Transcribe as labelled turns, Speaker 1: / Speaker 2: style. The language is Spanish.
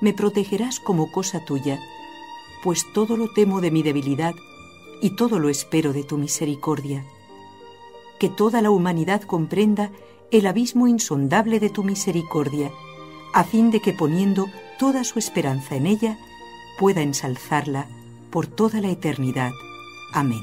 Speaker 1: me protegerás como cosa tuya, pues todo lo temo de mi debilidad y todo lo espero de tu misericordia. Que toda la humanidad comprenda el abismo insondable de tu misericordia, a fin de que poniendo toda su esperanza en ella, pueda ensalzarla por toda la eternidad. Amén.